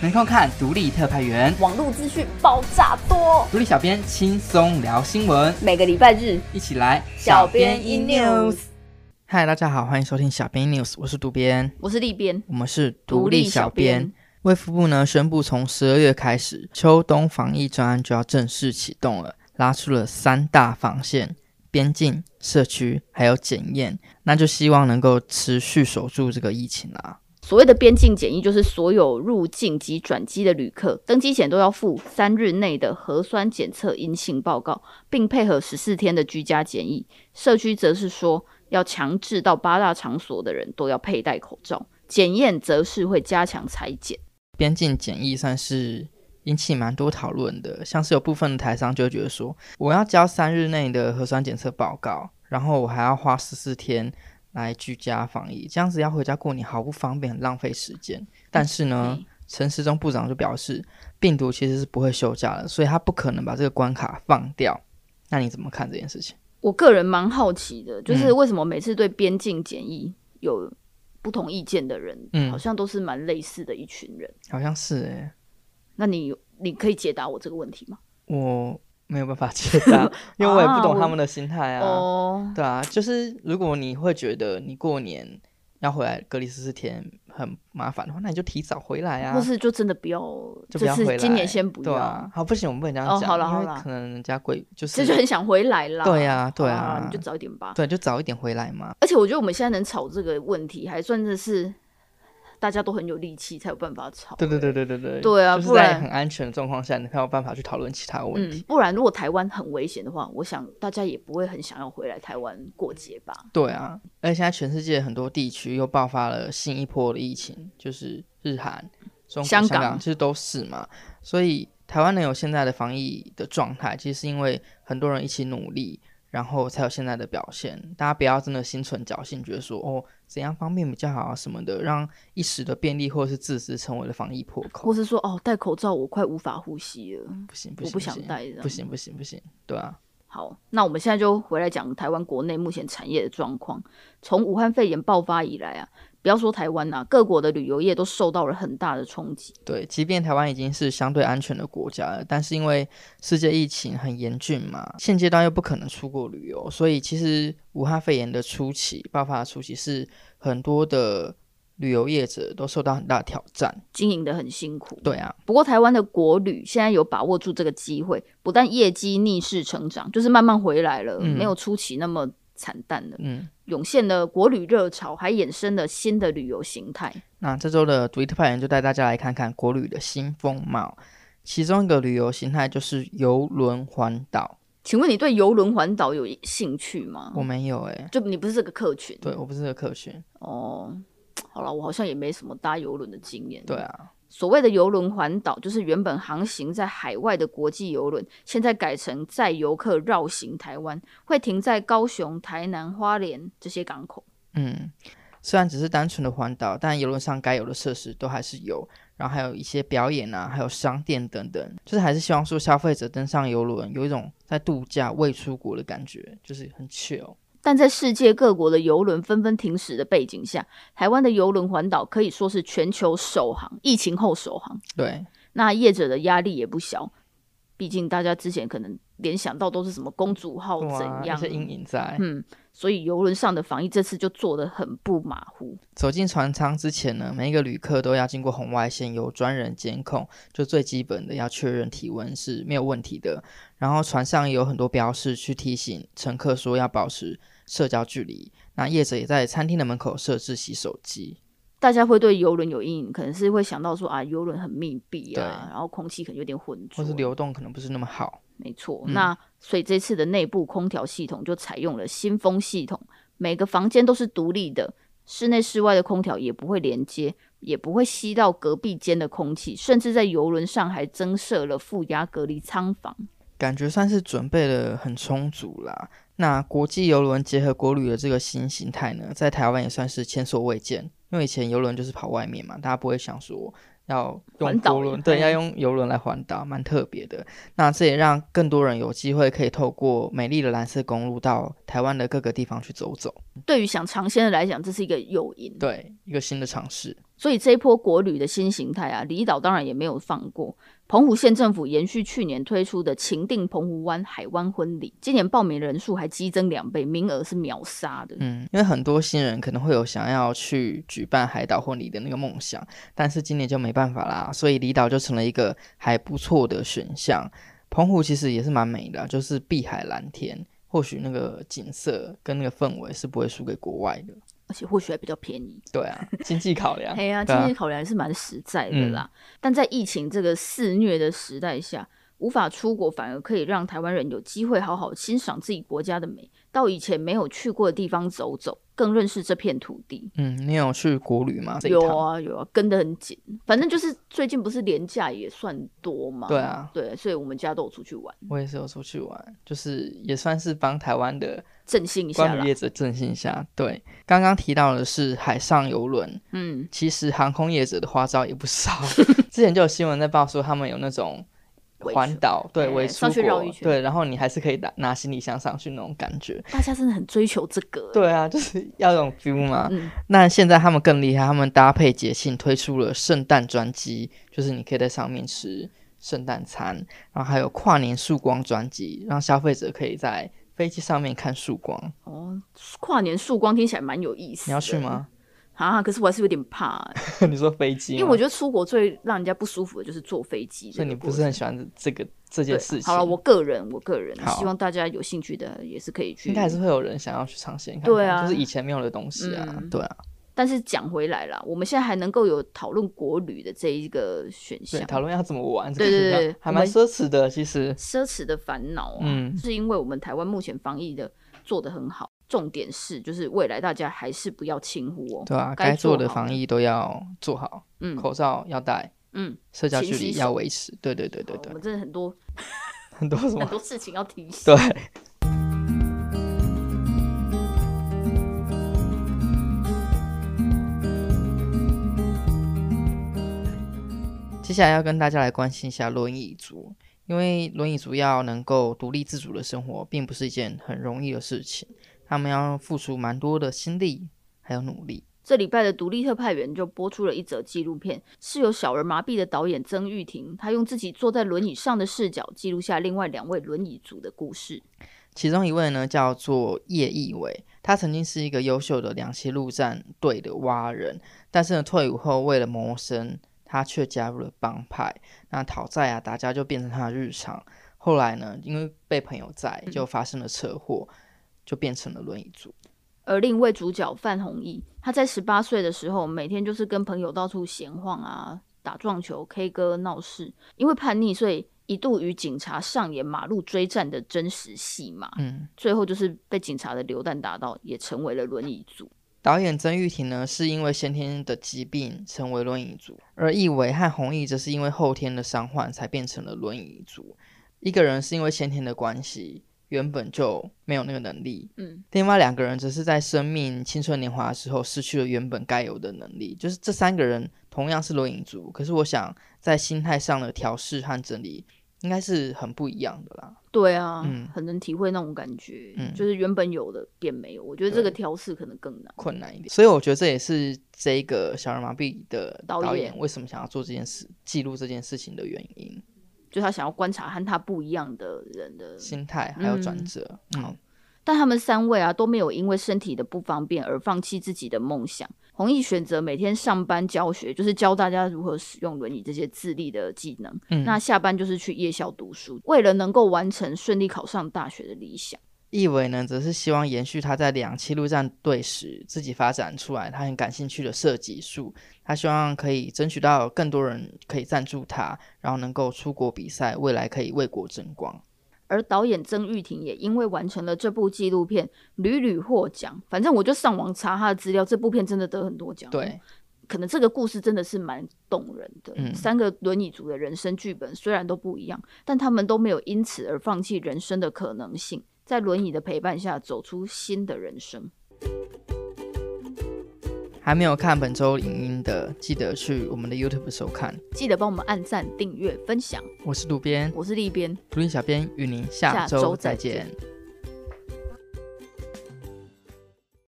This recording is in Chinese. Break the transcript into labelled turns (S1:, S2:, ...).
S1: 没空看独立特派员，
S2: 网络资讯爆炸多，
S1: 独立小编轻松聊新闻，
S2: 每个礼拜日，
S1: 一起来
S2: 小编 in news。
S1: 嗨，大家好，欢迎收听小编 in news，我是渡边，
S2: 我是立边，
S1: 我们是独立小编。卫福部呢宣布，从十二月开始，秋冬防疫专案就要正式启动了，拉出了三大防线：边境、社区，还有检验。那就希望能够持续守住这个疫情啦。
S2: 所谓的边境检疫，就是所有入境及转机的旅客登机前都要附三日内的核酸检测阴性报告，并配合十四天的居家检疫。社区则是说，要强制到八大场所的人都要佩戴口罩。检验则是会加强裁剪。
S1: 边境检疫算是引起蛮多讨论的，像是有部分的台商就会觉得说，我要交三日内的核酸检测报告，然后我还要花十四天来居家防疫，这样子要回家过年好不方便，很浪费时间。但是呢，
S2: 嗯
S1: 陈时中部长就表示，病毒其实是不会休假的，所以他不可能把这个关卡放掉。那你怎么看这件事情？
S2: 我个人蛮好奇的，就是
S1: 嗯
S2: 为什么每次对边境检疫有不同意见的人，
S1: 嗯
S2: 好像都是蛮类似的一群人。
S1: 好像是欸诶、
S2: 那你你可以解答我这个问题吗？
S1: 我没有办法解答， 因为我也不懂他们的心态啊。
S2: 哦，
S1: 对啊，就是如果你会觉得你过年要回来隔离十四天很麻烦的话，那你就提早回来啊，
S2: 或是就真的不要，
S1: 就不要
S2: 这
S1: 回
S2: 次
S1: 来。
S2: 今年先不
S1: 对
S2: 要，
S1: 啊，好，不行，我们不能这
S2: 哦
S1: 样讲，
S2: 好啦好
S1: 因
S2: 啦
S1: 为可能人家鬼就
S2: 这
S1: 是
S2: 就很想回来 啦。
S1: 对啊对
S2: 好啦
S1: 啊
S2: 你就早一点吧。
S1: 对，就早一点回来嘛。
S2: 而且我觉得我们现在能吵这个问题，还算的是大家都很有力气才有办法吵。
S1: 对对对对对对，
S2: 对啊
S1: 就是
S2: 不
S1: 在
S2: 然
S1: 很安全的状况下，你才有办法去讨论其他问
S2: 嗯
S1: 题。，
S2: 不然如果台湾很危险的话，我想大家也不会很想要回来台湾过节吧。
S1: 对啊，而且现在全世界很多地区又爆发了新一波的疫情，就是日韩、中国、
S2: 香
S1: 香
S2: 港
S1: 其实都是嘛。所以台湾能有现在的防疫的状态，其实是因为很多人一起努力，然后才有现在的表现。大家不要真的心存侥幸，觉得说哦怎样方便比较好啊什么的，让一时的便利或者是自私成为了防疫破口
S2: 或。是说哦，戴口罩我快无法呼吸了。
S1: 不行不
S2: 我
S1: 行，
S2: 不想戴这样
S1: 不行不行不行，对啊，
S2: 好，那我们现在就回来讲台湾国内目前产业的状况。从武汉肺炎爆发以来啊，不要说台湾啊，各国的旅游业都受到了很大的冲击。
S1: 对，即便台湾已经是相对安全的国家了，但是因为世界疫情很严峻嘛，现阶段又不可能出国旅游，所以其实武汉肺炎的初期爆发的初期是很多的旅游业者都受到很大的挑战。
S2: 经营的很辛苦，
S1: 对啊，
S2: 不过台湾的国旅现在有把握住这个机会，不但业绩逆势成长，就是慢慢回来了，
S1: 嗯
S2: 没有初期那么惨淡了。
S1: 嗯，
S2: 涌现了国旅热潮，还衍生了新的旅游形态。
S1: 那这周的独立特派员就带大家来看看国旅的新风貌，其中一个旅游形态就是游轮环岛，
S2: 请问你对游轮环岛有兴趣吗？
S1: 我没有诶、欸
S2: 就你不是这个客群，
S1: 哦对我不是个客群，
S2: 哦。好了，我好像也没什么搭游轮的经验。
S1: 对，啊，
S2: 所谓的游轮环岛，就是原本航行在海外的国际游轮，现在改成载游客绕行台湾，会停在高雄、台南、花莲这些港口。
S1: 嗯，虽然只是单纯的环岛，但游轮上该有的设施都还是有，然后还有一些表演啊，还有商店等等，就是还是希望说消费者登上游轮有一种在度假未出国的感觉，就是很 chill。
S2: 但在世界各国的游轮纷纷停驶的背景下，台湾的游轮环岛可以说是全球首航，疫情后首航。
S1: 对，
S2: 那业者的压力也不小，毕竟大家之前可能联想到都是什么公主号
S1: 哇
S2: 怎
S1: 啊一，
S2: 样
S1: 些阴影在。
S2: 嗯，所以游轮上的防疫这次就做得很不马虎。
S1: 走进船舱之前呢，每一个旅客都要经过红外线，由专人监控，就最基本的要确认体温是没有问题的。然后船上也有很多标示去提醒乘客说要保持社交距离。那业者也在餐厅的门口设置洗手机。
S2: 大家会对游轮有阴影，可能是会想到说啊，游轮很密闭啊，
S1: 对
S2: 然后空气可能有点浑浊
S1: 或，是流动可能不是那么好。
S2: 没错。
S1: 嗯
S2: 那所以这次的内部空调系统就采用了新风系统，每个房间都是独立的，室内室外的空调也不会连接，也不会吸到隔壁间的空气，甚至在游轮上还增设了负压隔离舱房。
S1: 感觉算是准备的很充足啦。那国际游轮结合国旅的这个新形态呢，在台湾也算是前所未见。因为以前游轮就是跑外面嘛，大家不会想说要用
S2: 环岛
S1: 游
S2: 耶
S1: 轮，对，
S2: 嗯
S1: 要用游轮来环岛，蛮特别的。那这也让更多人有机会可以透过美丽的蓝色公路到台湾的各个地方去走走，
S2: 对于想尝鲜的来讲，这是一个诱因。
S1: 对，一个新的尝试。
S2: 所以这一波国旅的新形态啊，离岛当然也没有放过。澎湖县政府延续去年推出的情定澎湖湾海湾婚礼，今年报名人数还激增两倍，名额是秒杀的。
S1: 嗯，因为很多新人可能会有想要去举办海岛婚礼的那个梦想，但是今年就没办法啦，所以离岛就成了一个还不错的选项。澎湖其实也是蛮美的啊，就是碧海蓝天，或许那个景色跟那个氛围是不会输给国外的。
S2: 而且或许还比较便宜。
S1: 对啊， 经济考 量。
S2: 哎呀、
S1: 对
S2: 经
S1: 啊嗯
S2: 济考量还是蛮实在的啦。但在疫情这个肆虐的时代下，无法出国反而可以让台湾人有机会好好欣赏自己国家的美，到以前没有去过的地方走走，更认识这片土地。
S1: 嗯，你有去国旅吗？这一
S2: 有
S1: 趟。
S2: 啊有啊，跟得很紧。反正就是最近不是廉价也算多嘛，
S1: 对啊，
S2: 对，所以我们家都有出去玩，
S1: 我也是有出去玩，就是也算是帮台湾的
S2: 振兴一下
S1: 观
S2: 啦
S1: 旅。业者振兴一下。对，刚刚提到的是海上游轮，
S2: 嗯，
S1: 其实航空业者的花招也不 少。之前就有新闻在报说，他们有那种
S2: 回
S1: 环
S2: 去
S1: 岛，对，
S2: 哎
S1: 围出
S2: 上去绕
S1: 国
S2: 一，圈
S1: 对，然后你还是可以拿拿行李箱上去那种感觉。
S2: 大家真的很追求这个。
S1: 对啊，就是要那种 feel 嘛。
S2: 嗯，
S1: 那现在他们更厉害，他们搭配节庆推出了圣诞专辑，就是你可以在上面吃圣诞餐，然后还有跨年曙光专辑，让消费者可以在飞机上面看曙光。
S2: 哦，跨年曙光听起来蛮有意思。
S1: 你要去？ 吗？
S2: 啊，可是我还是有点怕欸、
S1: 你说飞机吗？
S2: 因为我觉得出国最让人家不舒服的就是坐飞机
S1: 所
S2: 这
S1: 以你
S2: 个
S1: 不
S2: 过程，
S1: 是很喜欢这个这件事
S2: 对，
S1: 情。
S2: 好了，我个人，我个人
S1: 好
S2: 希望大家有兴趣的也是可以去。
S1: 应该还是会有人想要去尝鲜看看，
S2: 对啊
S1: 就是以前没有的东西啊，
S2: 嗯
S1: 对啊，
S2: 但是讲回来啦，我们现在还能够有讨论国旅的这一个选
S1: 对，
S2: 项，
S1: 讨论要怎么玩，这个
S2: 对对
S1: 是要
S2: 对
S1: 还
S2: 我
S1: 蛮
S2: 们
S1: 奢侈的，其实，
S2: 奢侈的烦恼啊，
S1: 嗯
S2: 是因为我们台湾目前防疫的做得很好，重点是就是未来大家还是不要轻忽哦。
S1: 对啊，
S2: 该
S1: 该
S2: 做
S1: 做的
S2: 好
S1: 防疫都要做好，
S2: 嗯
S1: 口罩要戴，
S2: 嗯，
S1: 社交
S2: 勤
S1: 距
S2: 洗
S1: 离
S2: 手
S1: 要维持，对对对对
S2: 哦好我
S1: 对，
S2: 们真的很多
S1: 很多什
S2: 很
S1: 么，
S2: 多事情要提醒。
S1: 对， 接下来要跟大家来关心一下轮椅族，因为轮椅族要能够独立自主的生活，并不是一件很容易的事情，他们要付出蛮多的心力还有努力。
S2: 这礼拜的独立特派员就播出了一则纪录片，是由小儿麻痹的导演曾玉婷，她用自己坐在轮椅上的视角记录下另外两位轮椅族的故事。
S1: 其中一位呢叫做叶义伟，他曾经是一个优秀的两栖陆战队的蛙人，但是呢退伍后为了谋生，他却加入了帮派，那讨债啊打架就变成他的日常。后来呢，因为被朋友债，就发生了车祸，就变成了轮椅族。
S2: 而另一位主角范弘毅，他在十八岁的时候，每天就是跟朋友到处闲晃啊，打撞球、K 歌、闹事。因为叛逆，所以一度与警察上演马路追战的真实戏码。
S1: 嗯，
S2: 最后就是被警察的流弹打到，也成为了轮椅族。
S1: 导演曾玉婷呢，是因为先天的疾病成为轮椅族，而易伟和弘毅则是因为后天的伤患才变成了轮椅族。一个人是因为先天的关系，原本就没有那个能力，
S2: 嗯，
S1: 另外两个人则是在生命青春年华的时候失去了原本该有的能力。就是这三个人同样是轮椅族，可是我想在心态上的调试和整理应该是很不一样的啦。
S2: 对啊，
S1: 嗯
S2: 很能体会那种感觉，
S1: 嗯
S2: 就是原本有的变没有。我觉得这
S1: 对
S2: 个调试可能更难。
S1: 困难一点。所以我觉得这也是这个小儿麻痹的
S2: 导
S1: 导
S2: 演
S1: 演为嗯什么想要做这件事、记录这件事情的原因，
S2: 就他想要观察和他不一样的人的，
S1: 心态还有
S2: 嗯
S1: 转折。嗯，
S2: 但他们三位啊都没有因为身体的不方便而放弃自己的梦想。弘毅选择每天上班教学，就是教大家如何使用轮椅这些自立的技能。
S1: 嗯
S2: 那下班就是去夜校读书，为了能够完成顺利考上大学的理想。
S1: 易伟呢，则是希望延续他在两栖陆战队时自己发展出来他很感兴趣的射击术，他希望可以争取到更多人可以赞助他，然后能够出国比赛，未来可以为国争光。
S2: 而导演曾玉婷也因为完成了这部纪录片，屡屡获奖。反正我就上网查他的资料，这部片真的得很多奖。
S1: 对，
S2: 可能这个故事真的是蛮动人的。
S1: 嗯
S2: 三个轮椅族的人生剧本虽然都不一样，但他们都没有因此而放弃人生的可能性，在轮椅的陪伴下走出新的人生。
S1: 还没有看本周影音的，记得去我们的 YouTube 收看。
S2: 记得帮我们按赞、订阅、分享。
S1: 我是渡边，
S2: 我是立边，
S1: 独立小编，与您下
S2: 下
S1: 周
S2: 周
S1: 再
S2: 再见
S1: 见。